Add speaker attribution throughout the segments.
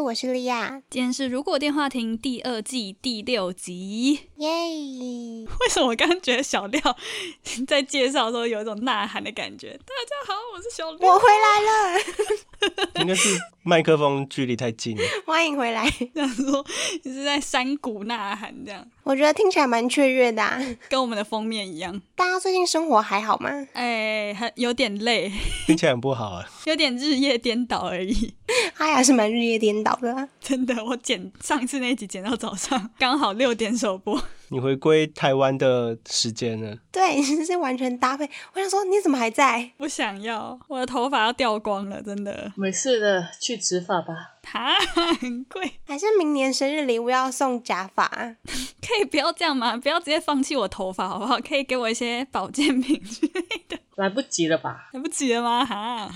Speaker 1: 我是莉亚，
Speaker 2: 今天是《如果电话亭》第二季第六集。
Speaker 1: 耶！
Speaker 2: 为什么我刚刚觉得小廖 在介绍的时候有一种呐喊的感觉？大家好，我是小廖。
Speaker 1: 来了，
Speaker 3: 应该是麦克风距离太近了，
Speaker 1: 欢迎回来。
Speaker 2: 想说你是在山谷呐喊，这样
Speaker 1: 我觉得听起来蛮雀跃的、啊。
Speaker 2: 跟我们的封面一样。
Speaker 1: 大家最近生活还好吗？
Speaker 2: 哎，很有点累，
Speaker 3: 听起来很不好啊。
Speaker 2: 有点日夜颠倒而已。
Speaker 1: 哈雅哎是蛮日夜颠倒的、啊。
Speaker 2: 真的，我剪上次那一集剪到早上， 刚好六点首播。
Speaker 3: 你回归台湾的时间了，
Speaker 4: 对，就是完全搭配。我想说，你怎么还在？
Speaker 2: 不想要，我的头发要掉光了，真的。
Speaker 5: 没事的，去植发吧。
Speaker 2: 哈，很贵，
Speaker 4: 还是明年生日礼物要送假发？
Speaker 2: 可以不要这样吗？不要直接放弃我头发好不好？可以给我一些保健品之类的。
Speaker 5: 来不及了吧？
Speaker 2: 来不及了吗？哈，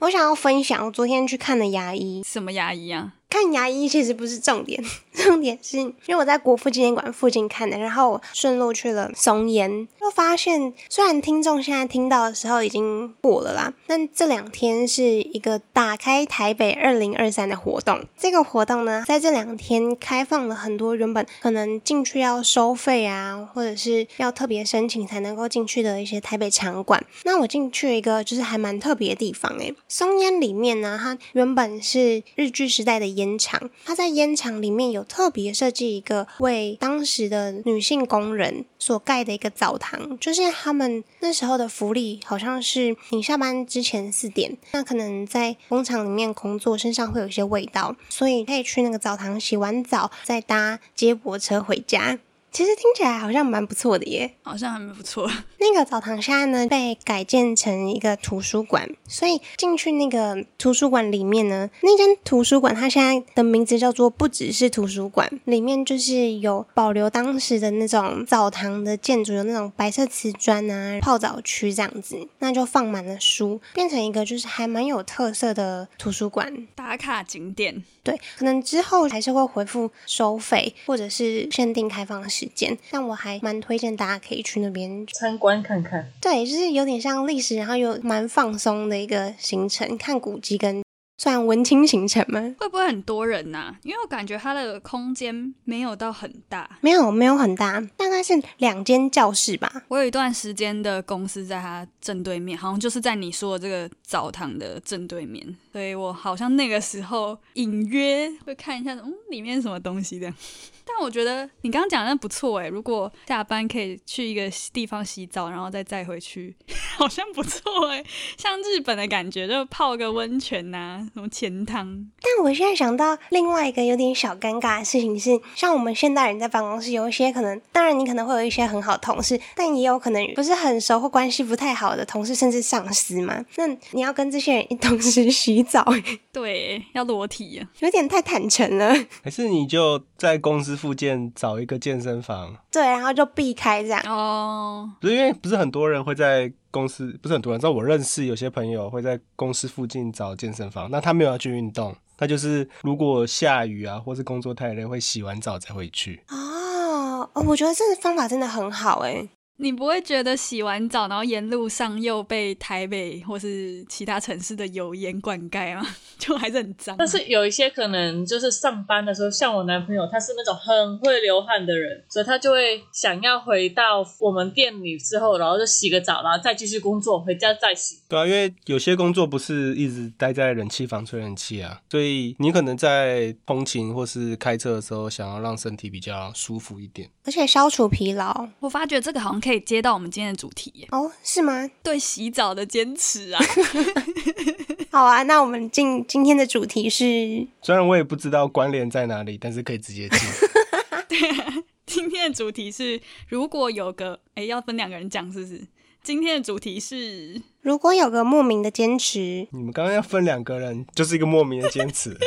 Speaker 4: 我想要分享我昨天去看的牙医。
Speaker 2: 什么牙医啊？
Speaker 4: 看牙医其实不是重点，重点是因为我在国父纪念馆附近看的，然后我顺路去了松岩，就发现虽然听众现在听到的时候已经过了啦，但这两天是一个打开台北二零二三的活动。这个活动呢，在这两天开放了很多原本可能进去要收费啊，或者是要特别申请才能够进去的一些台北场馆。那我进去一个就是还蛮特别的地方诶、松烟里面呢，它原本是日据时代的烟厂，它在烟厂里面有特别设计一个为当时的女性工人所盖的一个澡堂，就是他们那时候的福利好像是你下班之前四点，那可能在工厂里面工作，身上会有一些味道，所以可以去那个澡堂洗完澡，再搭接驳车回家。其实听起来好像蛮不错的耶。
Speaker 2: 好像还蛮不错。
Speaker 4: 那个澡堂现在呢被改建成一个图书馆，所以进去那个图书馆里面呢，那间图书馆它现在的名字叫做不只是图书馆，里面就是有保留当时的那种澡堂的建筑，有那种白色瓷砖啊、泡澡区这样子，那就放满了书，变成一个就是还蛮有特色的图书馆。
Speaker 2: 打卡景点，
Speaker 4: 对，可能之后还是会回复收费或者是限定开放时间，但我还蛮推荐大家可以去那边
Speaker 5: 参观看看。
Speaker 4: 对，就是有点像历史，然后有蛮放松的一个行程，看古迹跟算文青行程吗？
Speaker 2: 会不会很多人呐、因为我感觉它的空间没有到很大。
Speaker 4: 没有，没有很大，大概是两间教室吧。
Speaker 2: 我有一段时间的公司在它正对面，好像就是在你说的这个澡堂的正对面，所以我好像那个时候隐约会看一下，嗯，里面什么东西这样。但我觉得你刚刚讲的不错诶，如果下班可以去一个地方洗澡，然后再再回去， 好像不错诶，像日本的感觉，就泡个温泉呐、什么钱汤，
Speaker 4: 但我现在想到另外一个有点小尴尬的事情是，像我们现代人在办公室，有一些可能，当然你可能会有一些很好的同事，但也有可能不是很熟或关系不太好的同事，甚至上司嘛。那你要跟这些人一同时洗澡，
Speaker 2: 对，要裸体啊。
Speaker 4: 有点太坦诚了。
Speaker 3: 还是你就在公司附近找一个健身房？
Speaker 4: 对，然后就避开这样。
Speaker 2: 哦，
Speaker 3: 不是因为不是很多人会在公司，不是很多人，知道我认识有些朋友会在公司附近找健身房，那他没有要去运动，他就是如果下雨啊，或是工作太累，会洗完澡才会去。
Speaker 4: 哦，哦我觉得这个方法真的很好哎。
Speaker 2: 你不会觉得洗完澡，然后沿路上又被台北或是其他城市的油烟灌溉吗？ 就还是很脏。啊
Speaker 5: 但是有一些可能就是上班的时候，像我男朋友，他是那种很会流汗的人，所以他就会想要回到我们店里之后，然后就洗个澡，然后再继续工作，回家再洗。
Speaker 3: 对啊，因为有些工作不是一直待在冷气房吹冷气啊，所以你可能在通勤或是开车的时候，想要让身体比较舒服一点。
Speaker 4: 而且消除疲劳
Speaker 2: 我发觉这个好像可以接到我们今天的主题耶，
Speaker 4: 哦，是 吗？
Speaker 2: 对洗澡的坚持啊。
Speaker 4: 好啊，那我们今今天的主题是
Speaker 3: 虽然我也不知道关联在哪里，但是可以直接 进。
Speaker 2: 今天的主题是，如果有个哎，要分两个人讲是不是？今天的主题是，
Speaker 4: 如果有个莫名的坚持，
Speaker 3: 你们刚刚要分两个人，就是一个莫名的坚持。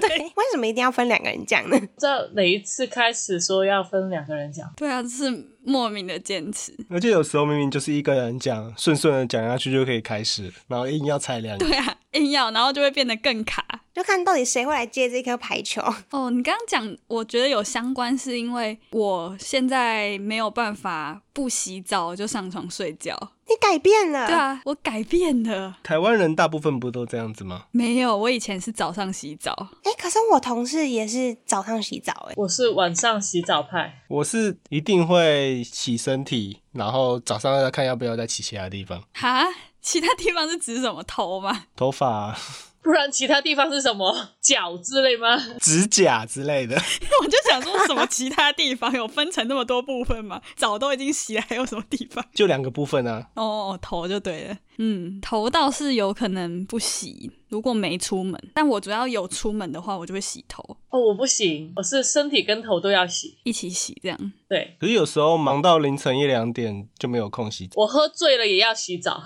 Speaker 4: 对，为什么一定要分两个人讲呢？
Speaker 5: 这哪一次开始说要分两个人讲？
Speaker 2: 对啊，这是莫名的坚持。
Speaker 3: 而且有时候明明就是一个人讲，顺顺的讲下去就可以开始，然后硬要踩两个。
Speaker 2: 对啊，硬要，然后就会变得更卡。
Speaker 4: 就看到底谁会来接这颗排球。
Speaker 2: 哦，你刚刚讲，我觉得有相关，是因为我现在没有办法不洗澡就上床睡觉。
Speaker 4: 你改变了，
Speaker 2: 对啊，我改变了。
Speaker 3: 台湾人大部分不都这样子吗？
Speaker 2: 没有，我以前是早上洗澡，
Speaker 4: 哎、可是我同事也是早上洗澡、哎，
Speaker 5: 我是晚上洗澡派，
Speaker 3: 我是一定会洗身体，然后早上再看要不要再洗其他地方，
Speaker 2: 哈，其他地方是指什么头吗？
Speaker 3: 头发啊、
Speaker 5: 不然其他地方是什么 脚之类吗？
Speaker 3: 指甲之类的。
Speaker 2: 我就想说什么其他地方有分成那么多部分吗？澡都已经洗了，还有什么地方？
Speaker 3: 就两个部分啊，
Speaker 2: 哦，头就对了，嗯，头倒是有可能不洗，如果没出门。但我主要有出门的话，我就会洗头，
Speaker 5: 哦，我不行，我是身体跟头都要洗。
Speaker 2: 一起洗这样。
Speaker 5: 对
Speaker 3: 可是有时候忙到凌晨一两点就没有空洗澡。
Speaker 5: 我喝醉了也要洗澡。
Speaker 4: 哇，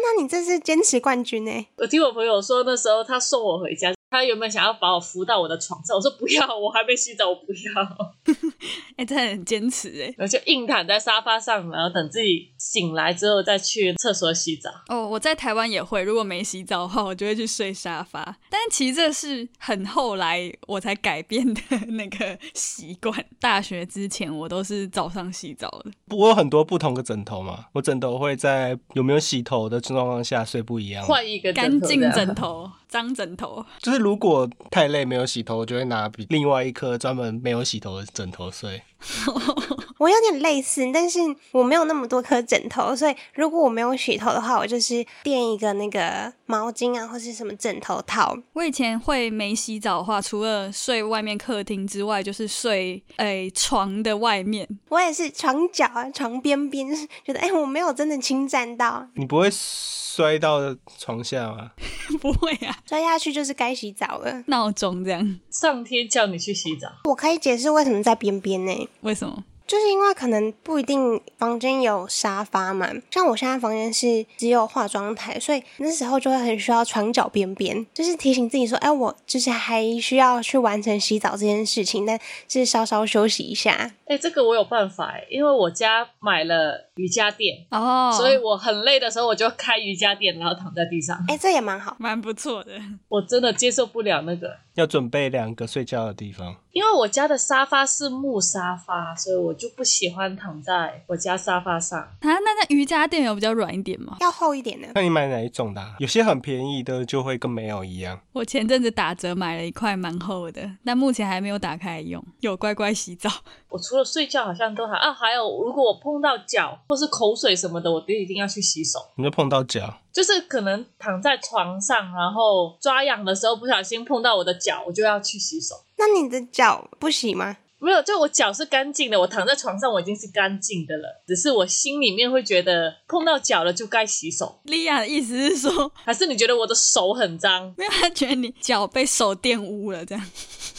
Speaker 4: 那你这是坚持冠军呢、
Speaker 5: 我听我朋友说，那时候他送我回家，他原本想要把我扶到我的床上，我说不要，我还没洗澡，我不要，
Speaker 2: 哎、这很坚持哎。
Speaker 5: 然后就硬躺在沙发上，然后等自己醒来之后再去厕所洗澡。
Speaker 2: 哦，我在台湾也会，如果没洗澡的话，我就会去睡沙发。但其实这是很后来我才改变的那个习惯。大学之前我都是早上洗澡的。
Speaker 3: 不我有很多不同的枕头嘛，我枕头会在有没有洗头的状况下睡不一样。
Speaker 5: 换一个
Speaker 2: 干
Speaker 5: 枕头
Speaker 2: 净
Speaker 5: 这样
Speaker 2: 枕头、脏枕头，
Speaker 3: 就是如果太累没有洗头，我就会拿比另外一颗专门没有洗头的枕头睡。
Speaker 4: 我有点类似，但是我没有那么多颗枕头，所以如果我没有洗头的话，我就是垫一个那个毛巾啊，或是什么枕头套。
Speaker 2: 我以前会没洗澡的话，除了睡外面客厅之外，就是睡诶、床的外面。
Speaker 4: 我也是床角啊，床边边， 觉得哎、我没有真的侵占到，
Speaker 3: 你不会摔到床下吗？
Speaker 2: 不会啊，
Speaker 4: 摔下去就是该洗澡了。
Speaker 2: 闹钟这样，
Speaker 5: 上天叫你去洗澡，
Speaker 4: 我可以解释为什么在边边呢？
Speaker 2: 为什么？
Speaker 4: 就是因为可能不一定房间有沙发嘛，像我现在房间是只有化妆台，所以那时候就会很需要床脚边边，就是提醒自己说，哎，我就是还需要去完成洗澡这件事情，但是稍稍休息一下。
Speaker 5: 哎、这个我有办法哎，因为我家买了瑜伽垫，
Speaker 2: 哦，
Speaker 5: 所以我很累的时候我就开瑜伽垫，然后躺在地上，
Speaker 4: 哎，这也蛮好。
Speaker 2: 蛮不错的。啊
Speaker 5: 我真的接受不了那个。
Speaker 3: 要准备两个睡觉的地方。
Speaker 5: 因为我家的沙发是木沙发，所以我就不喜欢躺在我家沙发上。
Speaker 2: 啊，那那瑜伽垫有比较软一点吗？
Speaker 4: 要厚一点的，
Speaker 3: 那你买哪一种的啊、有些很便宜的就会跟没有一样。
Speaker 2: 我前阵子打折买了一块蛮厚的，但目前还没有打开来用。有乖乖洗澡，
Speaker 5: 我除了睡觉好像都还啊，还有如果我碰到脚或是口水什么的，我都一定要去洗手。
Speaker 3: 你就碰到脚，
Speaker 5: 就是可能躺在床上，然后抓痒的时候不小心碰到我的脚，我就要去洗手。
Speaker 4: 那你的脚不洗吗？
Speaker 5: 没有，就我脚是干净的，我躺在床上我已经是干净的了，只是我心里面会觉得碰到脚了就该洗手，
Speaker 2: 莉亚的意思是说，
Speaker 5: 还是你觉得我的手很脏？
Speaker 2: 没有，她觉得你脚被手玷污了，这样。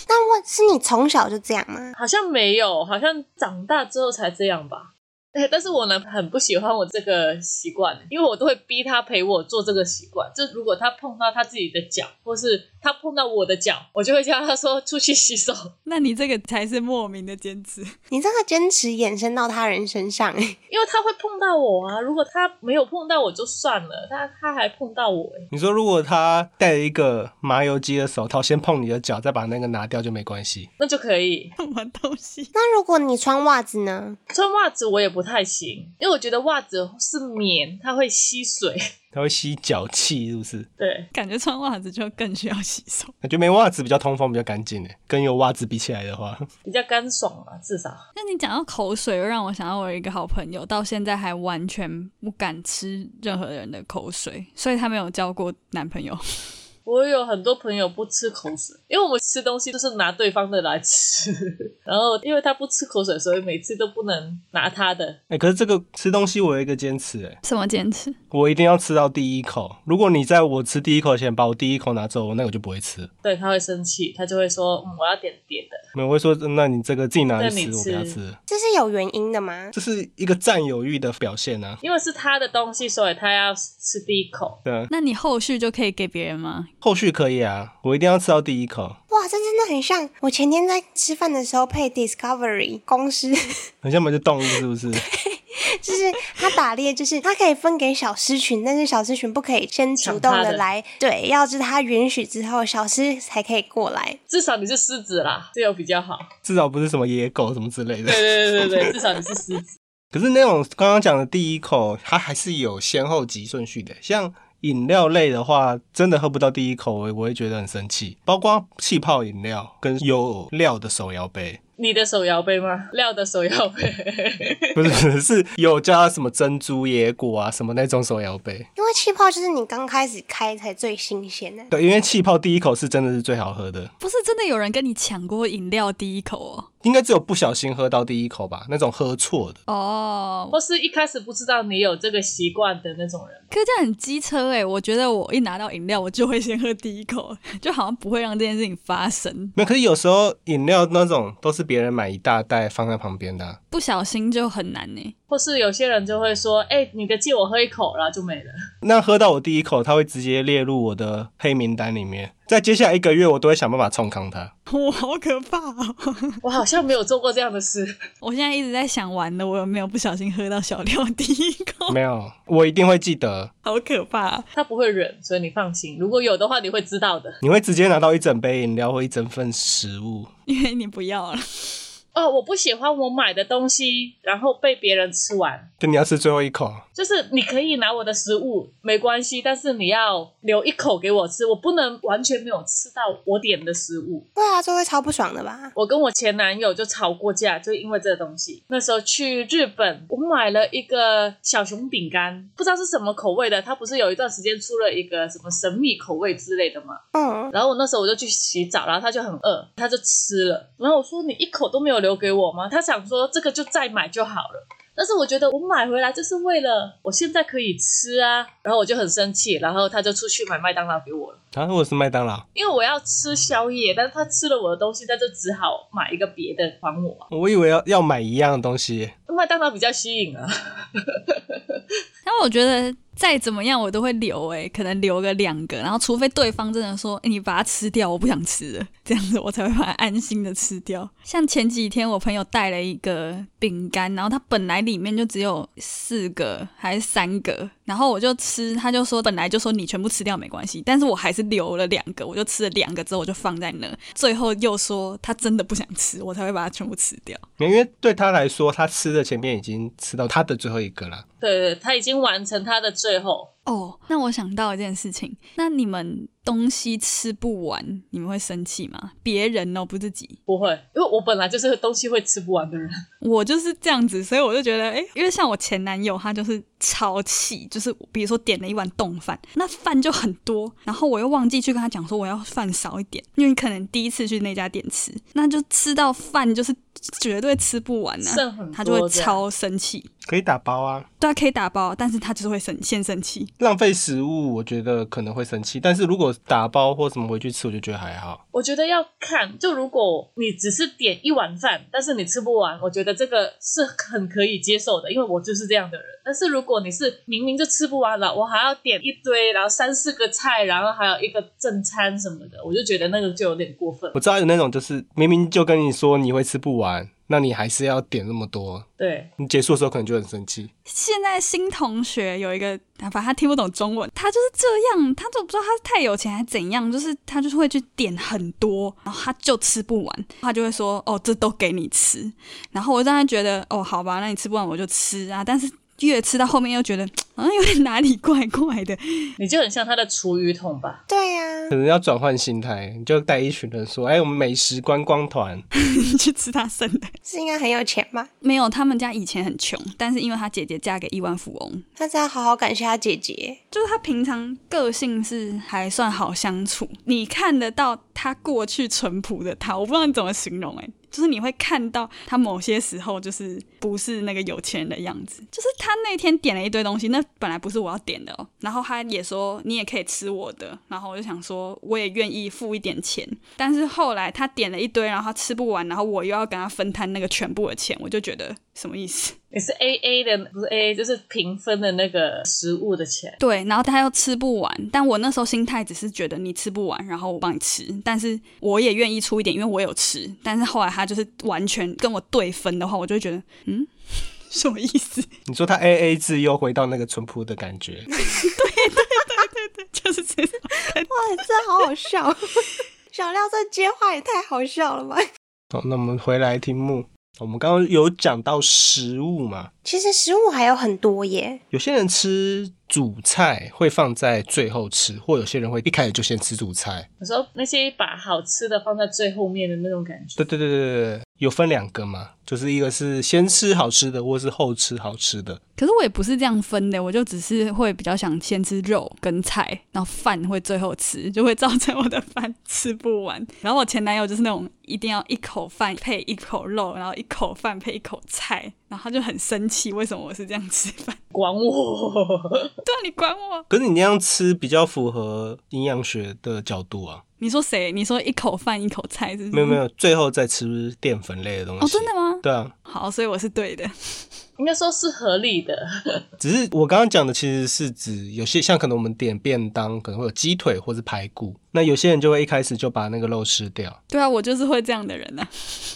Speaker 4: 但问是你从小就这样吗？
Speaker 5: 好像没有，好像长大之后才这样吧。 对，但是我呢很不喜欢我这个习惯，因为我都会逼他陪我做这个习惯。就如果他碰到他自己的脚，或是他碰到我的脚，我就会叫他说出去洗手。
Speaker 2: 那你这个才是莫名的坚持。
Speaker 4: 你这个坚持延伸到他人身上、哎，
Speaker 5: 因为他会碰到我啊。如果他没有碰到我就算了，他他还碰到我、欸，
Speaker 3: 你说如果他戴了一个麻油鸡的手套，先碰你的脚，再把那个拿掉就没关系。
Speaker 5: 那就可以
Speaker 2: 什么东西？
Speaker 4: 那如果你穿袜子呢？
Speaker 5: 穿袜子。我也不太行，因为我觉得袜子是棉，它会吸水。
Speaker 3: 他会吸脚气，是不是？
Speaker 5: 对，
Speaker 2: 感觉穿袜子就更需要洗手。
Speaker 3: 感觉没袜子比较通风，比较干净诶。跟有袜子比起来的话，
Speaker 5: 比较干爽嘛，至少
Speaker 2: 那你讲到口水，又让我想到我有一个好朋友，到现在还完全不敢吃任何人的口水，所以她没有交过男朋友。
Speaker 5: 我有很多朋友不吃口水，因为我们吃东西都是拿对方的来吃， 然后因为他不吃口水，所以每次都不能拿他的。
Speaker 3: 哎、可是这个吃东西我有一个坚持，哎，
Speaker 2: 什么坚持？
Speaker 3: 我一定要吃到第一口。如果你在我吃第一口前把我第一口拿走，那我就不会吃。
Speaker 5: 对，他会生气，他就会说：“嗯，我要点点的。
Speaker 3: 没有，我会说，那你这个自己拿去
Speaker 5: 那你
Speaker 3: 吃，
Speaker 5: 吃
Speaker 3: 我不要吃。
Speaker 4: 这是有原因的吗？
Speaker 3: 这是一个占有欲的表现啊”。
Speaker 5: 因为是他的东西，所以他要吃第一口。
Speaker 3: 对啊，
Speaker 2: 那你后续就可以给别人吗？
Speaker 3: 后续可以啊，我一定要吃到第一口，
Speaker 4: 哇，这真的很像我前天在吃饭的时候配 Discovery 公司，
Speaker 3: 很像某些动物是不是？
Speaker 4: 就是它打猎，就是它可以分给小狮群，但是小狮群不可以先主动
Speaker 5: 抢它
Speaker 4: 的
Speaker 5: 的
Speaker 4: 来，对，要是它允许之后，小狮才可以过来。
Speaker 5: 至少你是狮子啦，这有比较好。
Speaker 3: 至少不是什么野狗什么之类的
Speaker 5: 对。对对对对，至少你是狮子。
Speaker 3: 可是那种刚刚讲的第一口，它还是有先后级顺序的。像饮料类的话，真的喝不到第一口，我我会觉得很生气。包括气泡饮料跟有料的手摇杯，
Speaker 5: 你的手摇杯吗？廖的手摇杯，
Speaker 3: 不是不是是有加什么珍珠野果啊什么那种手摇杯。
Speaker 4: 因为气泡就是你刚开始开才最新鲜的，
Speaker 3: 对，因为气泡第一口是真的是最好喝的，
Speaker 2: 不是真的有人跟你抢过饮料第一口哦？
Speaker 3: 应该只有不小心喝到第一口吧，那种喝错的。
Speaker 2: 哦，
Speaker 5: 或是一开始不知道你有这个习惯的那种人，
Speaker 2: 可是这样很机车哎、我觉得我一拿到饮料，我就会先喝第一口， 就好像不会让这件事情发生，
Speaker 3: 没有，可是有时候饮料那种都是别人买一大袋放在旁边的啊、
Speaker 2: 不小心就很难欸呢、
Speaker 5: 或是有些人就会说：“哎、你的借我喝一口，然后就没了。
Speaker 3: 那喝到我第一口，它会直接列入我的黑名单里面。在接下来一个月，我都会想办法冲康它。
Speaker 2: 我好可怕哦！”
Speaker 5: 我好像没有做过这样的事，
Speaker 2: 我现在一直在想玩的，我有没有不小心喝到小料第一口？
Speaker 3: 没有，我一定会记得。
Speaker 2: 好可怕！哦
Speaker 5: 他不会忍，所以你放心。如果有的话，你会知道的。
Speaker 3: 你会直接拿到一整杯饮料或一整份食物。
Speaker 2: 因为你不要了，
Speaker 5: 哦，我不喜欢我买的东西，然后被别人吃完。
Speaker 3: 对，你要吃最后一口，
Speaker 5: 就是你可以拿我的食物没关系，但是你要留一口给我吃，我不能完全没有吃到我点的食物。
Speaker 4: 对啊，这会超不爽的吧？
Speaker 5: 我跟我前男友就吵过架，就因为这个东西。那时候去日本，我买了一个小熊饼干，不知道是什么口味的。它不是有一段时间出了一个什么神秘口味之类的吗？
Speaker 4: 嗯，
Speaker 5: 然后我那时候我就去洗澡，然后他就很饿，他就吃了。然后我说：“你一口都没有留给我吗？”他想说这个就再买就好了。但是我觉得我买回来就是为了我现在可以吃啊，然后我就很生气，然后他就出去买麦当劳给我了。
Speaker 3: 啊，我是麦当劳，
Speaker 5: 因为我要吃宵夜，但是他吃了我的东西，他就只好买一个别的还我啊。
Speaker 3: 我以为要要买一样的东西。
Speaker 5: 麦当劳比较吸引啊，
Speaker 2: 但我觉得再怎么样我都会留哎、可能留个两个，然后除非对方真的说、欸你把它吃掉，我不想吃了，这样子我才会把它安心的吃掉。像前几天我朋友带了一个饼干，然后它本来里面就只有四个还是三个，然后我就吃，他就说本来就说你全部吃掉没关系，但是我还是留了两个，我就吃了两个之后我就放在那，最后又说他真的不想吃，我才会把它全部吃掉。
Speaker 3: 因为对他来说，他吃的前面已经吃到他的最后一个了。
Speaker 5: 对对，他已经完成他的最后。
Speaker 2: 哦，那我想到一件事情，那你们东西吃不完，你们会生气吗？别人哦，不自己，
Speaker 5: 不会，因为我本来就是东西会吃不完的人。
Speaker 2: 我就是这样子，所以我就觉得，哎，因为像我前男友，他就是超气，就是比如说点了一碗冻饭，那饭就很多，然后我又忘记去跟他讲说我要饭少一点，因为可能第一次去那家店吃，那就吃到饭就是绝对吃不完呢、
Speaker 5: 剩很多
Speaker 2: 嗯他就会
Speaker 5: 这样
Speaker 2: 超生气。
Speaker 3: 可以打包啊，
Speaker 2: 对啊，可以打包，但是他就是会生先生气。
Speaker 3: 浪费食物，我觉得可能会生气。但是如果打包或什么回去吃，我就觉得还好。
Speaker 5: 我觉得要看，就如果你只是点一碗饭，但是你吃不完，我觉得这个是很可以接受的，因为我就是这样的人。但是如果你是明明就吃不完了，我还要点一堆，然后三四个菜，然后还有一个正餐什么的，我就觉得那个就有点过分。
Speaker 3: 我知道有那种就是明明就跟你说你会吃不完，那你还是要点那么多，
Speaker 5: 对，
Speaker 3: 你结束的时候可能就很生气。
Speaker 2: 现在新同学有一个，啊反正他听不懂中文，他就是这样，他就不知道他太有钱还怎样，就是他就是会去点很多，然后他就吃不完，他就会说哦，这都给你吃。然后我当然觉得哦，好吧，那你吃不完我就吃啊，但是越吃到后面又觉得好像有点哪里怪怪的，
Speaker 5: 你就很像他的厨余桶吧？
Speaker 4: 对啊呀、
Speaker 3: 可能要转换心态，你就带一群人说：“哎、我们美食观光团。
Speaker 2: 你去吃他剩的。
Speaker 4: 是应该很有钱吧？
Speaker 2: 没有，他们家以前很穷，但是因为他姐姐嫁给亿万富翁，
Speaker 4: 他只要好好感谢他姐姐。
Speaker 2: 就是他平常个性是还算好相处，你看得到他过去淳朴的他，我不知道你怎么形容哎、欸就是你会看到他某些时候就是不是那个有钱人的样子，就是他那天点了一堆东西，那本来不是我要点的哦。然后他也说你也可以吃我的，然后我就想说我也愿意付一点钱，但是后来他点了一堆，然后他吃不完，然后我又要跟他分摊那个全部的钱，我就觉得什么意思？
Speaker 5: 也是 A A 的，不是 A A 就是平分的那个食物的钱。
Speaker 2: 对，然后他又吃不完，但我那时候心态只是觉得你吃不完，然后我帮你吃，但是我也愿意出一点，因为我有吃。但是后来他就是完全跟我对分的话，我就会觉得，嗯， 什么意思？
Speaker 3: 你说他 A A 制又回到那个淳朴的感觉，
Speaker 2: 就是这种感觉
Speaker 4: 哇，这好好笑！ 小廖这接话也太好笑了吧！
Speaker 3: 好，那我们回来题目，我们刚刚有讲到食物嘛，
Speaker 4: 其实食物还有很多耶，
Speaker 3: 有些人吃主菜会放在最后吃，或有些人会一开始就先吃主菜。
Speaker 5: 有时候那些把好吃的放在最后面的那种感觉
Speaker 3: 对，对对对对对，有分两个嘛，就是一个是先吃好吃的，或是后吃好吃的。
Speaker 2: 可是我也不是这样分的，我就只是会比较想先吃肉跟菜，然后饭会最后吃，就会造成我的饭吃不完。然后我前男友就是那种一定要一口饭配一口肉，然后一口饭配一口菜，然后他就很生气，为什么我是这样吃饭？
Speaker 5: 管我！
Speaker 2: 对啊，你管我！
Speaker 3: 可是你那样吃比较符合营养学的角度啊，
Speaker 2: 你说谁？你说一口饭一口菜是不是？
Speaker 3: 没有没有，最后再吃淀粉类的东西。
Speaker 2: 哦，真的？吗？
Speaker 3: 对啊，
Speaker 2: 好，所以我是对的。
Speaker 5: 应该说是合理的，
Speaker 3: 只是我刚刚讲的其实是指有些像可能我们点便当可能会有鸡腿或是排骨，那有些人就会一开始就把那个肉吃掉。
Speaker 2: 对啊，我就是会这样的人啊。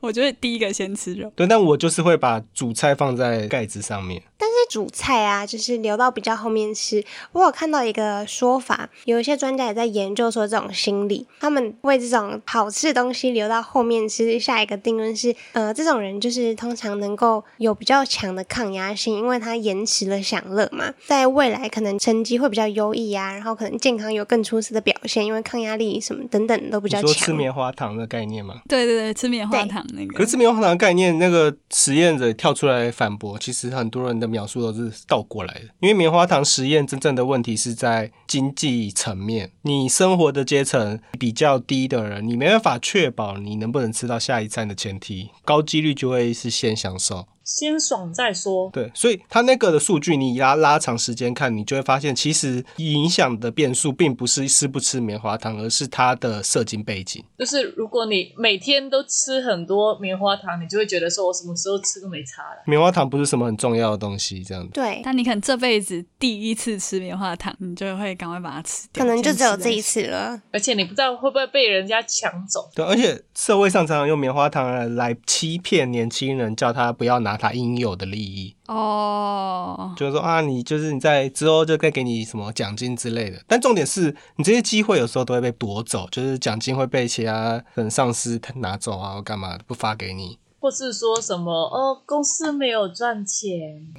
Speaker 2: 我就会第一个先吃肉，
Speaker 3: 对，但我就是会把主菜放在盖子上面。
Speaker 4: 但是主菜啊，就是留到比较后面吃。我有看到一个说法，有一些专家也在研究说这种心理，他们为这种好吃的东西留到后面吃，下一个定论是，呃，这种人就是通常能够有比较强的抗压性，因为他延迟了享乐嘛，在未来可能成绩会比较优异啊，然后可能健康有更出色的表现，因为抗压力什么等等都比
Speaker 3: 你
Speaker 4: 较
Speaker 3: 说吃
Speaker 4: 强。
Speaker 3: 棉花糖的概念吗？
Speaker 2: 对对对，吃棉花
Speaker 4: 对
Speaker 2: 糖那
Speaker 3: 可
Speaker 2: 个
Speaker 3: 是，吃棉花糖的概念，那个实验者跳出来反驳，其实很多人的描述都是倒过来的。因为棉花糖实验真正的问题是在经济层面，你生活的阶层比较低的人，你没办法确保你能不能吃到下一餐的前提，高几率就会是先享受。
Speaker 5: 先爽再说。
Speaker 3: 对，所以它那个的数据，你拉拉长时间看，你就会发现，其实影响的变数并不是吃不吃棉花糖，而是它的社经背景。
Speaker 5: 就是如果你每天都吃很多棉花糖，你就会觉得说我什么时候吃都没差了。
Speaker 3: 棉花糖不是什么很重要的东西，这样子。
Speaker 4: 对，
Speaker 2: 但你可能这辈子第一次吃棉花糖，你就会赶快把它吃掉。
Speaker 4: 可能就只有这一
Speaker 2: 一
Speaker 4: 次了。
Speaker 5: 而且你不知道会不会被人家抢走。
Speaker 3: 对，而且社会上常常用棉花糖来欺骗年轻人，叫他不要拿他应有的利益，
Speaker 2: 哦，
Speaker 3: 就是说啊，你就是你在之后就该给你什么奖金之类的。但重点是你这些机会有时候都会被夺走，就是奖金会被其他人上司拿走啊，或干嘛不发给你。
Speaker 5: 或是说什么哦，公司没有赚钱，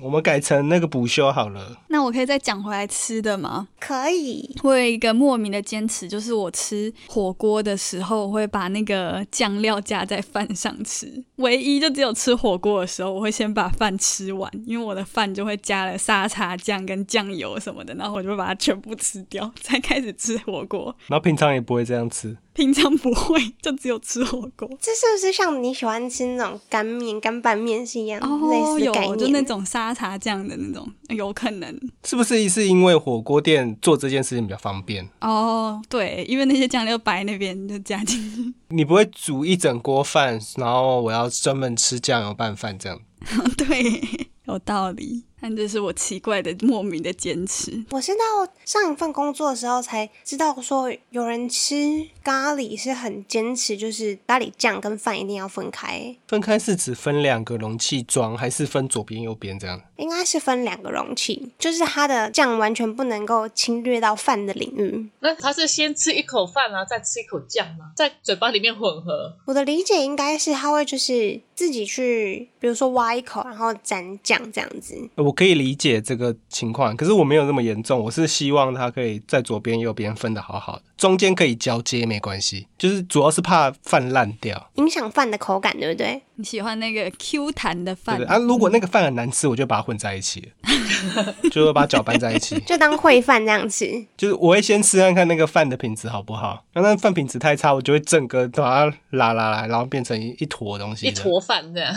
Speaker 3: 我们改成那个补休好了，
Speaker 2: 那我可以再讲回来吃的吗？
Speaker 4: 可以，
Speaker 2: 我有一个莫名的坚持，就是我吃火锅的时候，我会把那个酱料加在饭上吃。唯一就只有吃火锅的时候，我会先把饭吃完，因为我的饭就会加了沙茶酱跟酱油什么的，然后我就会把它全部吃掉， 才开始吃火锅。
Speaker 3: 然后平常也不会这样吃。
Speaker 2: 平常不会，就只有吃火锅。
Speaker 4: 这是不是像你喜欢吃那种干面、干拌面是一样、类
Speaker 2: 哦，
Speaker 4: 似的
Speaker 2: 有
Speaker 4: 概念？
Speaker 2: 就那种沙茶酱的那种，有可能
Speaker 3: 是不是是因为火锅店做这件事情比较方便？
Speaker 2: 哦。对，因为那些酱料摆那边就加进去。
Speaker 3: 你不会煮一整锅饭，然后我要专门吃酱油拌饭这样。
Speaker 2: 对，有道理。但这是我奇怪的、莫名的坚持。
Speaker 4: 我是到上一份工作的时候才知道，说有人吃咖喱是很坚持，就是咖喱酱跟饭一定要分开，
Speaker 3: 分开是指分两个容器装，还是分左边右边这样？
Speaker 4: 应该是分两个容器，就是它的酱完全不能够侵略到饭的领域。
Speaker 5: 那他是先吃一口饭然后再吃一口酱吗？在嘴巴里面混合，
Speaker 4: 我的理解应该是他会就是自己去，比如说挖一口，然后沾酱这样子。
Speaker 3: 呃我可以理解这个情况，可是我没有那么严重，我是希望它可以在左边右边分的好好的。中间可以交接没关系，就是主要是怕饭烂掉。
Speaker 4: 影响饭的口感，对不对？
Speaker 2: 你喜欢那个 Q 弹的
Speaker 3: 对
Speaker 2: 饭
Speaker 3: 不对啊，如果那个饭很难吃，我就把它混在一起 了就是把它搅拌在一起。
Speaker 4: 就当烩饭这样吃。
Speaker 3: 就是我会先吃看看那个饭的品质好不好，那那饭品质太差，我就会整个把它拉拉来，然后变成一一坨东西。
Speaker 5: 一。坨饭这样。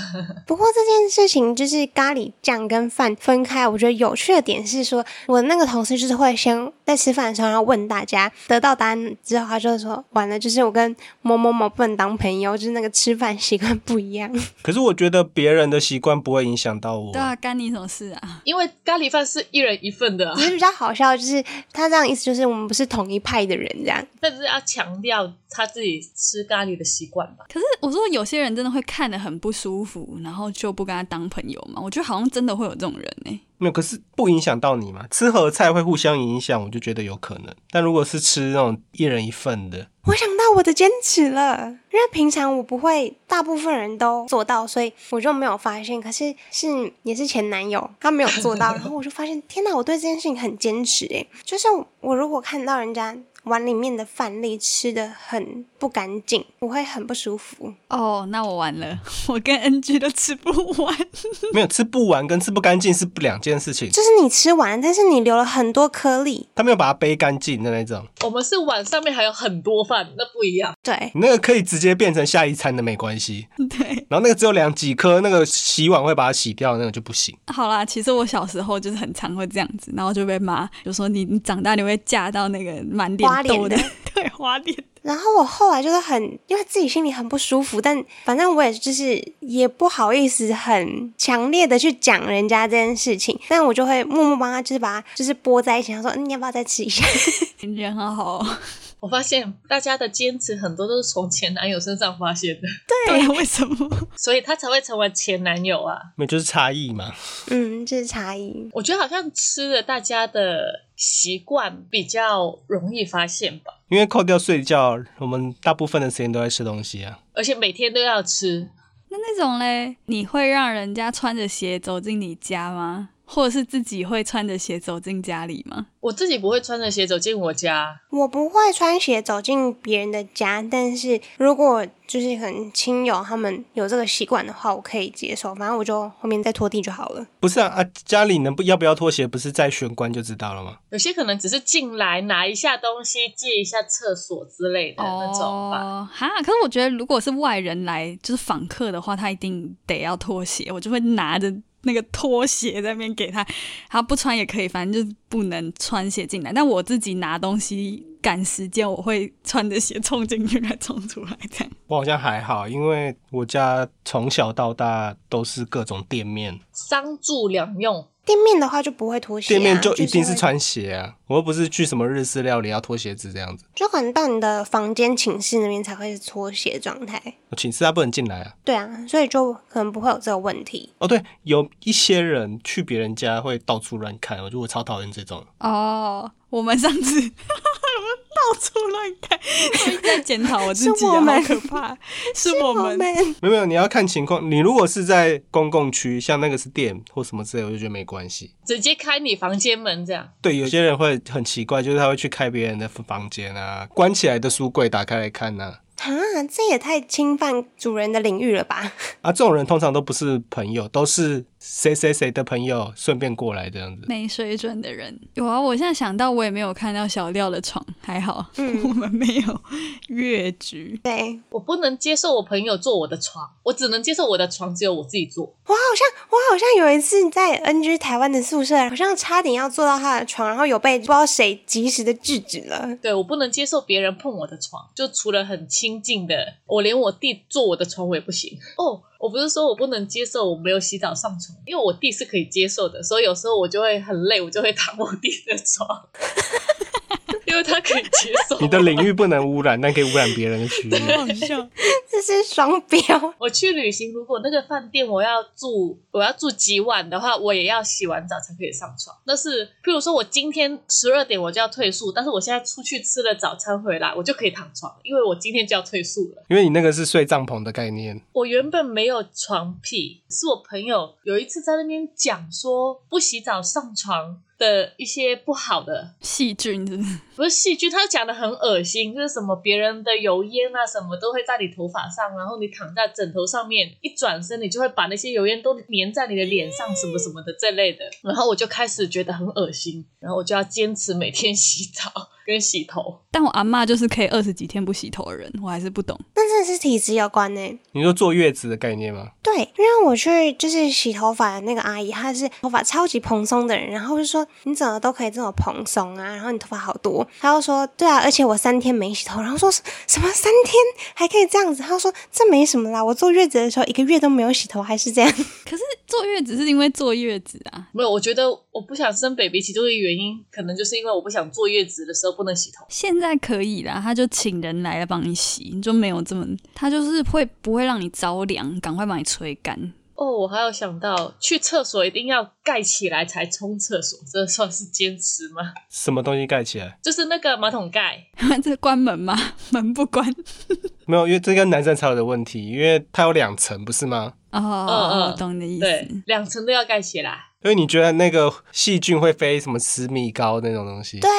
Speaker 4: 不过这件事情就是咖喱酱跟饭分开，我觉得有趣的点是说，我那个同事就是会先在吃饭的时候，然后问大家，得到答案之后，他就说完了，就是我跟某某某不能当朋友，就是那个吃饭习惯不一样。
Speaker 3: 可是我觉得别人的习惯不会影响到我
Speaker 2: 对。啊，干你什么事啊？
Speaker 5: 因为咖喱饭是一人一份的、啊
Speaker 4: 只，是比较好笑，就是他这样意思，就是我们不是同一派的人这样。
Speaker 5: 但是要强调他自己吃咖喱的习惯吧。
Speaker 2: 可是我说有些人真的会看得很不舒服，然后就不跟他当朋友嘛。我觉得好像真的会有这种人哎、
Speaker 3: 没有，可是不影响到你嘛？吃合菜会互相影响，我就觉得有可能。但如果是吃那种一人一份的，
Speaker 4: 我想到我的坚持了，因为平常我不会，大部分人都做到，所以我就没有发现。可是是也是前男友，他没有做到，然后我就发现，天哪，我对这件事情很坚持诶，就是我如果看到人家碗里面的饭粒吃的很不干净，我会很不舒服。
Speaker 2: 哦，那我完了， 我跟 NG 都吃不完。
Speaker 3: 没有吃不完跟吃不干净是不两件事情。
Speaker 4: 就是你吃完，但是你留了很多颗粒，
Speaker 3: 他没有把它背干净的那种，
Speaker 5: 我们是碗上面还有很多饭，那不一样。
Speaker 4: 对，
Speaker 3: 你那个可以直接变成下一餐的没关系。
Speaker 2: 对，
Speaker 3: 然后那个只有两几颗，那个洗碗会把它洗掉，那个就不行。
Speaker 2: 好啦，其实我小时候就是很常会这样子，然后就被骂，就说你你长大你会嫁到那个满脸
Speaker 4: 花脸
Speaker 2: 痘的
Speaker 4: 的，
Speaker 2: 对，花脸。
Speaker 4: 然后我后来就是很，因为自己心里很不舒服，但反正我也就是也不好意思很强烈的去讲人家这件事情，但我就会默默帮他，就是把它就是拨在一起，他说、嗯、你要不要再吃一下？
Speaker 2: 你人好好、哦，
Speaker 5: 我发现大家的坚持很多都是从前男友身上发现的，
Speaker 2: 对，啊为什么？
Speaker 5: 所以他才会成为前男友啊。
Speaker 3: 没有就是差异嘛。
Speaker 4: 嗯，这、是差异。
Speaker 5: 我觉得好像吃了大家的习惯比较容易发现吧，
Speaker 3: 因为扣掉睡觉，我们大部分的时间都在吃东西啊。
Speaker 5: 而且每天都要吃，
Speaker 2: 那那种嘞，你会让人家穿着鞋走进你家吗？或者是自己会穿着鞋走进家里吗？
Speaker 5: 我自己不会穿着鞋走进我家，
Speaker 4: 我不会穿鞋走进别人的家，但是如果就是很亲友他们有这个习惯的话，我可以接受，反正我就后面再拖地就好了。
Speaker 3: 不是啊啊，家里能不要不要拖鞋，不是在玄关就知道了吗？
Speaker 5: 有些可能只是进来拿一下东西、借一下厕所之类的那种吧。
Speaker 2: 哦，哈！可是我觉得，如果是外人来，就是访客的话，他一定得要拖鞋，我就会拿着那个拖鞋在那边给他，他不穿也可以，反正就是不能穿鞋进来。但我自己拿东西赶时间，我会穿着鞋冲进去 再冲出来，这样。
Speaker 3: 我好像还好，因为我家从小到大都是各种店面，
Speaker 5: 商住两用，
Speaker 4: 店面的话就不会拖鞋、啊，
Speaker 3: 店面就一定
Speaker 4: 是
Speaker 3: 是
Speaker 4: 会
Speaker 3: 穿鞋啊。我又不是去什么日式料理要脱鞋子这样子，
Speaker 4: 就可能到你的房间、寝室那边才会是拖鞋状态。
Speaker 3: 我寝室他不能进来啊。
Speaker 4: 对啊，所以就可能不会有这个问题。
Speaker 3: 哦，对，有一些人去别人家会到处乱看，我觉得我超讨厌这种。
Speaker 2: 哦，我们上次我们 到处乱看，我一直在检讨我自己
Speaker 4: 是
Speaker 2: 啊，
Speaker 4: 我们
Speaker 2: 好可怕，是
Speaker 4: 我
Speaker 2: 我们。
Speaker 3: 没有没有，你要看情况。你如果是在公共区，像那个是店或什么之类，我就觉得没关系。
Speaker 5: 直接开你房间门这样。
Speaker 3: 对，有些人会很奇怪，就是他会去开别人的房间啊，关起来的书柜打开来看呐、
Speaker 4: 啊，这也太侵犯主人的领域了吧？
Speaker 3: 啊。这种人通常都不是朋友，都是谁谁谁的朋友顺便过来这样子。
Speaker 2: 没水准的人有啊！我现在想到，我也没有看到小廖的床，还好、
Speaker 4: 嗯
Speaker 2: 我们没有越局。
Speaker 4: 对
Speaker 5: 我不能接受我朋友坐我的床，我只能接受我的床只有我自己坐。
Speaker 4: 我好像我好像有一次在 NG 台湾的宿舍，好像差点要坐到他的床，然后有被不知道谁及时的制止了。
Speaker 5: 对我不能接受别人碰我的床，就除了很亲近的，我连我弟坐我的床我也不行。哦，我不是说我不能接受我没有洗澡上床，因为我弟是可以接受的，所以有时候我就会很累，我就会躺我弟的床，因为他可以接受。
Speaker 3: 你的领域不能污染，但可以污染别人的区域。
Speaker 2: 好笑，
Speaker 4: 这是双标，
Speaker 5: 我去旅行，如果那个饭店我要住，我要住几晚的话，我也要洗完澡才可以上床。但是，譬如说我今天十二点我就要退宿，但是我现在出去吃了早餐回来，我就可以躺床，因为我今天就要退宿了。
Speaker 3: 因为你那个是睡帐篷的概念，
Speaker 5: 我原本没有床癖，是我朋友有一次在那边讲说不洗澡上床。的一些不好的，
Speaker 2: 细菌是不是？
Speaker 5: 不是细菌，他讲的很恶心，就是什么别人的油烟啊，什么都会在你头发上，然后你躺在枕头上面，一转身你就会把那些油烟都粘在你的脸上，什么什么的这类的。然后我就开始觉得很恶心，然后我就要坚持每天洗澡跟洗头。
Speaker 2: 但我阿嬷就是可以二十几天不洗头的人，我还是不懂。
Speaker 4: 那真的是体质有关呢、欸
Speaker 3: 你说坐月子的概念吗？
Speaker 4: 对，因为我去就是洗头发的那个阿姨，她是头发超级蓬松的人，然后就说你怎么都可以这么蓬松啊，然后你头发好多，她就说对啊，而且我三天没洗头，然后说什么三天还可以这样子，她就说这没什么啦，我坐月子的时候一个月都没有洗头，还是这样，
Speaker 2: 可是坐月子是因为坐月子啊，
Speaker 5: 没有，我觉得我不想生 baby 其中一个原因，可能就是因为我不想坐月子的时候不能洗头。
Speaker 2: 现在可以啦，他就请人来帮你洗，你就没有这么，他就是会不会让你着凉，赶快把你吹干。
Speaker 5: 哦，我还有想到去厕所一定要盖起来才冲厕所，这算是坚持吗？
Speaker 3: 什么东西盖起来？
Speaker 5: 就是那个马桶盖，
Speaker 2: 这关门吗？门不关。
Speaker 3: 没有，因为这跟男生才有的问题，因为它有两层，不是吗？
Speaker 2: 哦，
Speaker 5: 嗯
Speaker 2: 我懂你的意
Speaker 5: 对
Speaker 2: 思。，
Speaker 5: 两层都要盖起来。
Speaker 3: 因为你觉得那个细菌会飞什么十米高那种东西，
Speaker 4: 对，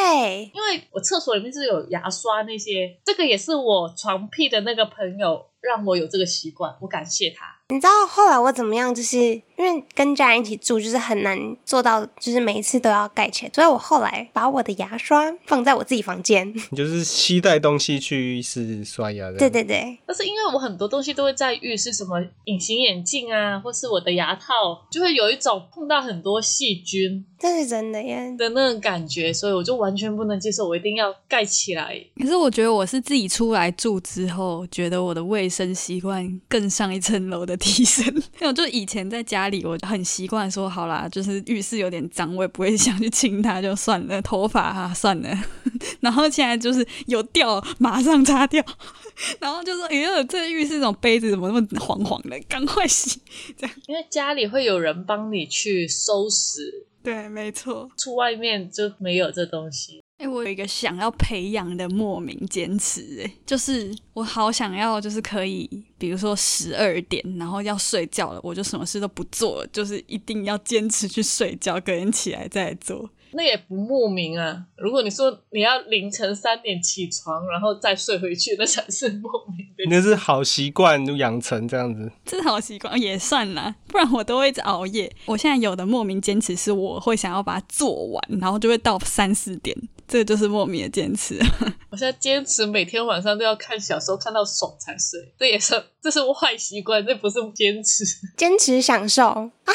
Speaker 5: 因为我厕所里面是有牙刷那些，这个也是我床屁的那个朋友让我有这个习惯，我感谢他。
Speaker 4: 你知道后来我怎么样？就是因为跟家人一起住，就是很难做到，就是每一次都要盖起来。所以我后来把我的牙刷放在我自己房间。
Speaker 3: 你就是期待东西去浴室刷牙的。
Speaker 4: 对对对，
Speaker 5: 但是因为我很多东西都会在浴室，什么隐形眼镜啊，或是我的牙套，就会有一种碰到很多细菌
Speaker 4: 这是真的耶。
Speaker 5: 的那种感觉，所以我就完全不能接受，我一定要盖起来。
Speaker 2: 可是我觉得我是自己出来住之后，觉得我的卫生习惯更上一层楼的提升。 因为我就以前在家里，我很习惯说，好啦，就是浴室有点脏，我也不会想去清它，就算了，头发啊算了。 然后现在就是有掉，马上擦掉。 然后就说，哎呦，这浴室这种杯子怎么那么黄黄的？赶快洗。
Speaker 5: 因为家里会有人帮你去收拾，
Speaker 2: 对，没错。
Speaker 5: 出外面就没有这东西。
Speaker 2: 哎、我有一个想要培养的莫名坚持、哎，就是我好想要，就是可以，比如说十二点，然后要睡觉了，我就什么事都不做了，就是一定要坚持去睡觉，隔天起来再来做。
Speaker 5: 那也不莫名啊。如果你说你要凌晨三点起床，然后再睡回去，那才是莫名的。
Speaker 3: 那是好习惯养成这样子，
Speaker 2: 这好习惯也算啦，不然我都会一直熬夜。我现在有的莫名坚持是，我会想要把它做完，然后就会到三四点，这个就是莫名的坚持。
Speaker 5: 我现在坚持每天晚上都要看小说，看到爽才睡，这也是这是坏习惯，这不是坚持。
Speaker 4: 坚持享受啊！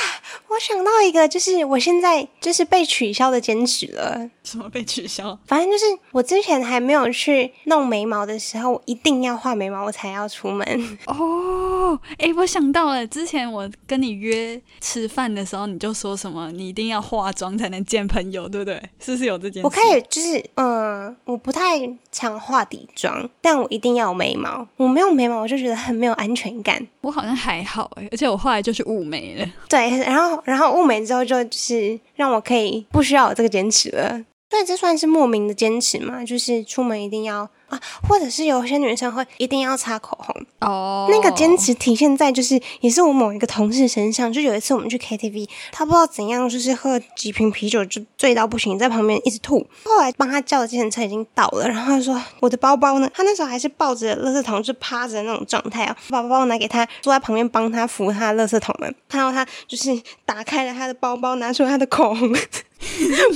Speaker 4: 我想到一个，就是我现在就是被取消的坚持了。
Speaker 2: 什么被取消？
Speaker 4: 反正就是我之前还没有去弄眉毛的时候，我一定要画眉毛，我才要出门。
Speaker 2: 哦，哎，我想到了，之前我跟你约吃饭的时候，你就说什么你一定要化妆才能见朋友，对不对？是不是有这件事？
Speaker 4: 我可以就是嗯、呃我不太常画底妆，但我一定要有眉毛。我没有眉毛，我就觉得很没有安全感。
Speaker 2: 我好像还好哎，而且我后来就去雾眉了。
Speaker 4: 对，然后然后雾眉之后就就是让我可以不需要有这个坚持了。所以这算是莫名的坚持嘛？就是出门一定要啊，或者是有些女生会一定要擦口红。
Speaker 2: 哦
Speaker 4: 那个坚持体现在就是，也是我某一个同事身上。就有一次我们去 KTV，他不知道怎样，就是喝几瓶啤酒就醉到不行，在旁边一直吐。后来帮他叫的计程车已经到了，然后他说我的包包呢？他那时候还是抱着垃圾桶就趴着那种状态啊，我把包包拿给他，坐在旁边帮他扶他的垃圾桶门。看到他就是打开了他的包包，拿出他的口红，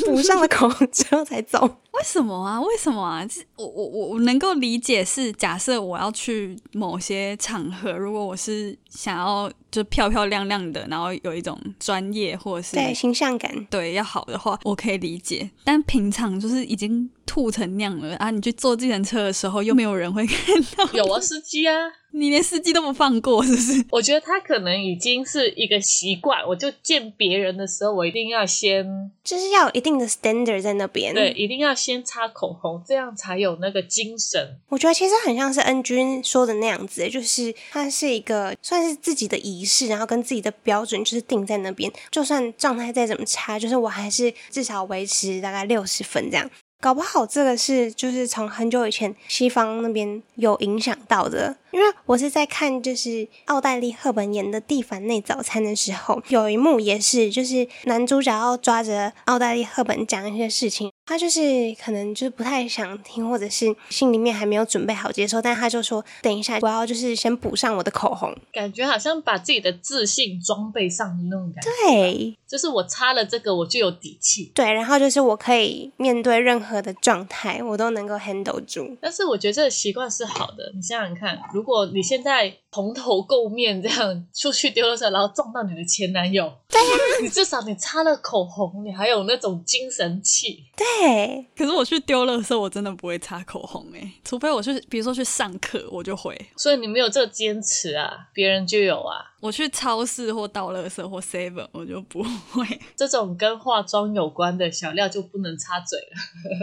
Speaker 4: 补上了口红之后才走。
Speaker 2: 为什么啊？为什么啊？这我我我我能够理解是，假设我要去某些场合，如果我是想要就漂漂亮亮的，然后有一种专业或者是
Speaker 4: 对，形象感。
Speaker 2: 对要好的话，我可以理解。但平常就是已经吐成那样了啊！你去坐计程车的时候，又没有人会看到，
Speaker 5: 有啊，司机啊，
Speaker 2: 你连司机都不放过，是不是？
Speaker 5: 我觉得他可能已经是一个习惯。我就见别人的时候，我一定要先
Speaker 4: 就是要有一定的 standard 在那边，
Speaker 5: 对，，一定要先擦口红，这样才有那个精神。
Speaker 4: 我觉得其实很像是恩君说的那样子，就是它是一个算是自己的仪式，然后跟自己的标准就是定在那边，就算状态再怎么差，就是我还是至少维持大概六十分这样。搞不好这个是就是从很久以前西方那边有影响到的，因为我是在看就是奥黛丽·赫本演的《蒂凡内早餐》的时候，有一幕也是，就是男主角要抓着奥黛丽·赫本讲一些事情，他就是可能就是不太想听，或者是心里面还没有准备好接受，但他就说等一下我要就是先补上我的口红。
Speaker 5: 感觉好像把自己的自信装备上的那种感觉，
Speaker 4: 对
Speaker 5: 就是我擦了这个我就有底气。
Speaker 4: 对，然后就是我可以面对任何的状态，我都能够 handle 住。
Speaker 5: 但是我觉得这个习惯是好的，你想想看，如果你现在蓬头垢面这样出去丢垃圾，然后撞到你的前男友，对 你至少你擦了口红，你还有那种精神气。
Speaker 4: 对，
Speaker 2: 可是我去丢垃圾，我真的不会擦口红诶、除非我去，比如说去上课，我就会。
Speaker 5: 所以你没有这个坚持啊，别人就有啊。
Speaker 2: 我去超市或倒垃圾或 seven，我就不会。
Speaker 5: 这种跟化妆有关的小料就不能插嘴了。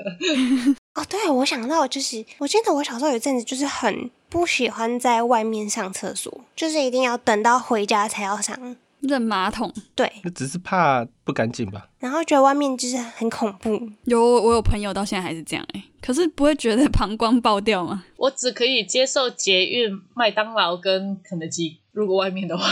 Speaker 4: 哦，对，我想到就是，我记得我小时候有一阵子就是很不喜欢在外面上厕所，就是一定要等到回家才要上。
Speaker 2: 扔马桶，
Speaker 4: 对，
Speaker 3: 那只是怕不干净吧？
Speaker 4: 然后觉得外面就是很恐怖。
Speaker 2: 有我有朋友到现在还是这样诶、可是不会觉得膀胱爆掉吗？
Speaker 5: 我只可以接受捷运、麦当劳跟肯德基，如果外面的话，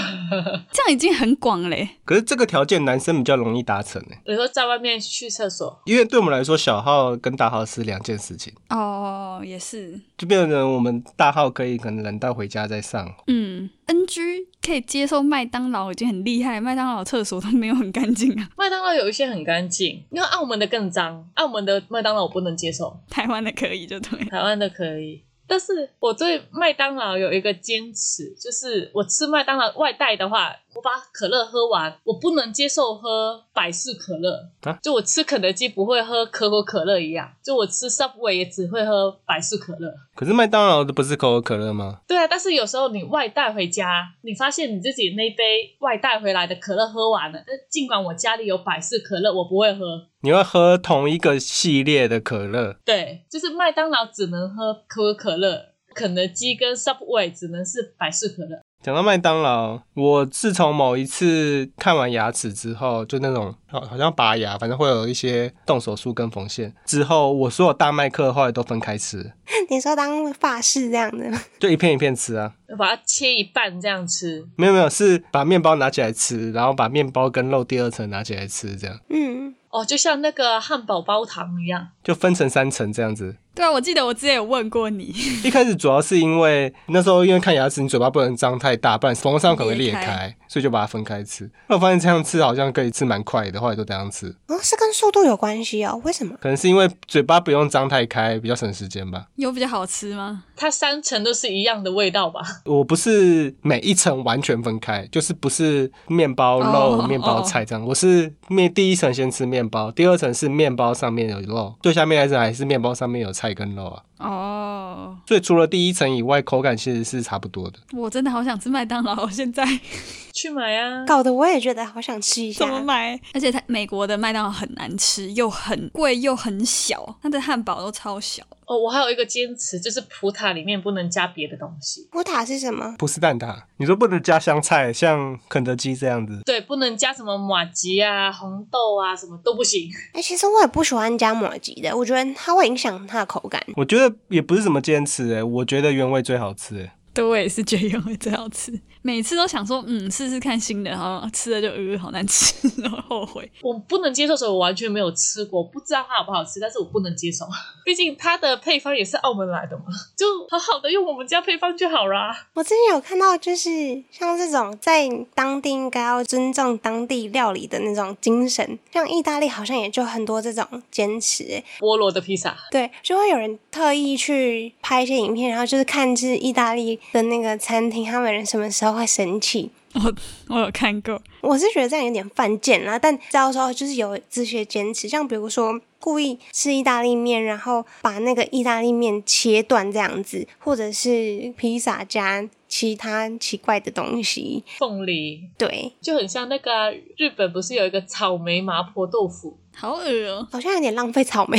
Speaker 2: 这样已经很广嘞、欸
Speaker 3: 可是这个条件男生比较容易达成诶、欸
Speaker 5: 有时候在外面去厕所，
Speaker 3: 因为对我们来说，小号跟大号是两件事情，
Speaker 2: 哦，也是，
Speaker 3: 就变成我们大号可以可能忍到回家再上，
Speaker 2: 嗯，NG 可以接受麦当劳已经很厉害，麦当劳厕所都没有很干净啊，
Speaker 5: 麦当劳有一些很干净，因为澳门的更脏，澳门的麦当劳我不能接受，
Speaker 2: 台湾的可以就对了。
Speaker 5: 台湾的可以。但是我对麦当劳有一个坚持，就是我吃麦当劳外带的话，我把可乐喝完，我不能接受喝百事可乐。
Speaker 3: 啊
Speaker 5: 就我吃肯德基不会喝可口可乐一样，就我吃 Subway 也只会喝百事可乐。
Speaker 3: 可是麦当劳的不是可口可乐吗？
Speaker 5: 对啊，但是有时候你外带回家，你发现你自己那杯外带回来的可乐喝完了，但尽管我家里有百事可乐，我不会喝。
Speaker 3: 你要喝同一个系列的可乐，
Speaker 5: 对，就是麦当劳只能喝可口可乐，肯德基跟 Subway 只能是百事可乐。
Speaker 3: 讲到麦当劳，我自从某一次看完牙齿之后，就那种好好像拔牙，反正会有一些动手术跟缝线之后，我所有大麦克后来都分开吃，
Speaker 4: 你说当发饰这样的吗，
Speaker 3: 就一片一片吃啊。
Speaker 5: 把它切一半这样吃，
Speaker 3: 没有没有，是把面包拿起来吃，然后把面包跟肉第二层拿起来吃，这样
Speaker 4: 嗯，
Speaker 5: 哦，就像那个汉堡包糖一样。
Speaker 3: 就分成三层这样子。
Speaker 2: 对啊，我记得我之前有问过你，
Speaker 3: 一开始主要是因为那时候因为看牙齿，你嘴巴不能张太大，不然缝上可能会裂
Speaker 2: 裂
Speaker 3: 开
Speaker 2: 开，
Speaker 3: 所以就把它分开吃。那我发现这样吃好像可以吃蛮快的，后来都这样吃，
Speaker 4: 哦，是跟速度有关系哦？为什么？
Speaker 3: 可能是因为嘴巴不用张太开，比较省时间吧。
Speaker 2: 有比较好吃吗？
Speaker 5: 它三层都是一样的味道吧？
Speaker 3: 我不是每一层完全分开，就是不是面包
Speaker 2: 哦
Speaker 3: 肉、面包菜这样，我是面第一层先吃面包，第二层是面包上面有肉，最下面那层还是面包上面有菜跟肉啊。
Speaker 2: 哦，
Speaker 3: 所以除了第一层以外，口感其实是差不多的。
Speaker 2: 我真的好想吃麦当劳，现在
Speaker 5: 去买啊！
Speaker 4: 搞得我也觉得好想吃一下
Speaker 2: 怎。么买？而且它美国的麦当劳很难吃，又很贵，又很小，它的汉堡都超小。
Speaker 5: 哦，我还有一个坚持，就是葡挞里面不能加别的东西。
Speaker 4: 葡挞是什么？
Speaker 3: 不是蛋挞，你说不能加香菜，像肯德基这样子，
Speaker 5: 对，不能加什么马吉啊、红豆啊，什么都不行。
Speaker 4: 哎、其实我也不喜欢加抹吉的，我觉得它会影响它的口感。
Speaker 3: 我觉得也不是什么坚持诶、欸我觉得原味最好吃诶、欸
Speaker 2: 对，我也是觉得原味最好吃，每次都想说，嗯，试试看新的，然后吃了就呃，好难吃，然后后悔。
Speaker 5: 我不能接受，所以我完全没有吃过，不知道它好不好吃，但是我不能接受， 毕竟它的配方也是澳门来的嘛，就好好的用我们家配方就好啦。
Speaker 4: 我之前有看到，就是像这种在当地应该要尊重当地料理的那种精神，像意大利好像也就很多这种坚持、欸
Speaker 5: 菠萝的披萨，
Speaker 4: 对，就会有人特意去拍一些影片，然后就是看是意大利的那个餐厅，他们什么时候会生气。
Speaker 2: 我我有看过，
Speaker 4: 我是觉得这样有点犯贱啦，但到时候就是有这些坚持，像比如说故意吃意大利面，然后把那个意大利面切断这样子，或者是披萨加其他奇怪的东西。
Speaker 5: 凤梨
Speaker 4: 对，
Speaker 5: 就很像那个啊、日本不是有一个草莓麻婆豆腐，
Speaker 2: 好恶哦、
Speaker 4: 好像有点浪费草莓。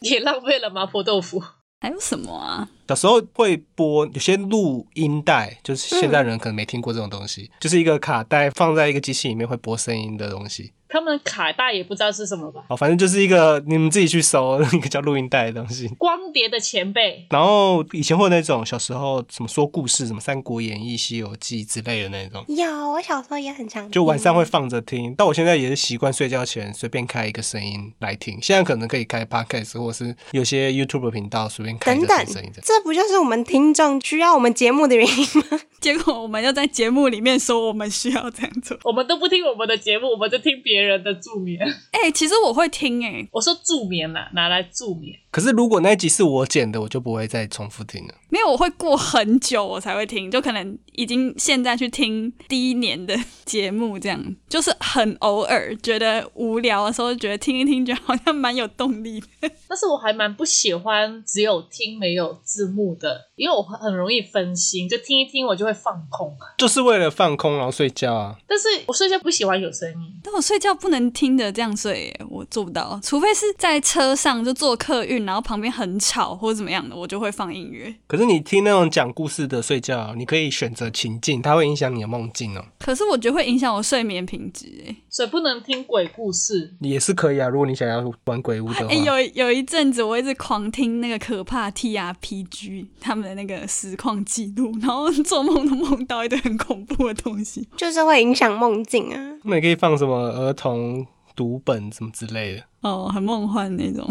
Speaker 5: 也浪费了麻婆豆腐。
Speaker 2: 还有什么啊？
Speaker 3: 小时候会播有些录音带，
Speaker 4: 嗯
Speaker 3: 就是现在人可能没听过这种东西，就是一个卡带放在一个机器里面会播声音的东西。 哦
Speaker 5: 他们卡带也不知道是什么吧？
Speaker 3: 好，反正就是一个你们自己去搜 那个叫录音带的东西。
Speaker 5: 光碟的前辈，
Speaker 3: 然后以前会有那种小时候什么说故事，什么《三国演义》《西游记》之类的那种，
Speaker 4: 有，我小时候也很常听
Speaker 3: 就晚上会放着听。但我现在也是习惯睡觉前随便开一个声音来听。现在可能可以开 podcast 或是有些 YouTube 频道随便开一
Speaker 4: 等
Speaker 3: 个
Speaker 4: 等
Speaker 3: 声音的，。
Speaker 4: 这不就是我们听众需要我们节目的原因吗？
Speaker 2: 结果我们又在节目里面说我们需要这样做。
Speaker 5: 我们都不听我们的节目，我们就听别人的助眠。
Speaker 2: 哎、其实我会听哎、
Speaker 5: 我说助眠啦，拿来助眠。
Speaker 3: 可是如果那一集是我剪的，我就不会再重复听了。
Speaker 2: 没有，我会过很久我才会听，就可能已经现在去听第一年的节目，这样就是很偶尔觉得无聊的时候，觉得听一听，觉得好像蛮有动力的。
Speaker 5: 但是我还蛮不喜欢只有听没有字幕的，因为我很容易分心，就听一听我就会放空。
Speaker 3: 就是为了放空然后睡觉啊。
Speaker 5: 但是我睡觉不喜欢有声音，
Speaker 2: 但我睡觉不能听着这样睡耶，我做不到，除非是在车上就坐客运，然后旁边很吵或者怎么样的，我就会放音乐。
Speaker 3: 可是你听那种讲故事的睡觉，你可以选择情境，它会影响你的梦境哦，
Speaker 2: 可是我觉得会影响我睡眠品质哎。
Speaker 5: 所以不能听鬼故事。
Speaker 3: 也是可以啊。如果你想要玩鬼屋的话，
Speaker 2: 哎、有有一阵子我一直狂听那个可怕 T R P G 他们的那个实况记录，然后做梦都梦到一堆很恐怖的东西。
Speaker 4: 就是会影响梦境啊。
Speaker 3: 那你可以放什么儿童读本什么之类的。
Speaker 2: 哦，很梦幻那 种。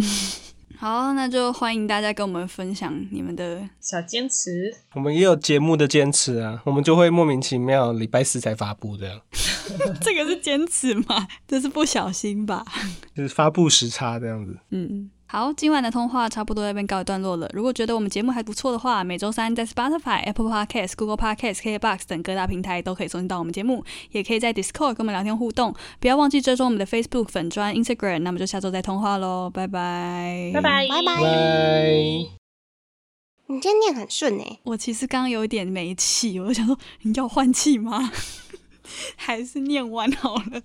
Speaker 2: 好，那就欢迎大家跟我们分享你们的。
Speaker 5: 小坚持，
Speaker 3: 我们也有节目的坚持啊，我们就会莫名其妙礼拜四才发布的，
Speaker 2: 这个是坚持吗？这是不小心吧？
Speaker 3: 就是发布时差这样子。
Speaker 2: 嗯，好，今晚的通话差不多要边告一段落了。如果觉得我们节目还不错的话，每周三在 Spotify、Apple Podcast、Google Podcast、KBox 等各大平台都可以收听到我们节目，也可以在 Discord 跟我们聊天互动。不要忘记追踪我们的 Facebook 粉砖、Instagram。那么就下周再通话喽，拜嗯拜，
Speaker 5: 拜。拜，
Speaker 4: 拜拜
Speaker 3: 拜。
Speaker 4: 你今天念很顺哎、
Speaker 2: 我其实刚刚有一点 没气，我就想说你要换气吗？还是念完好了。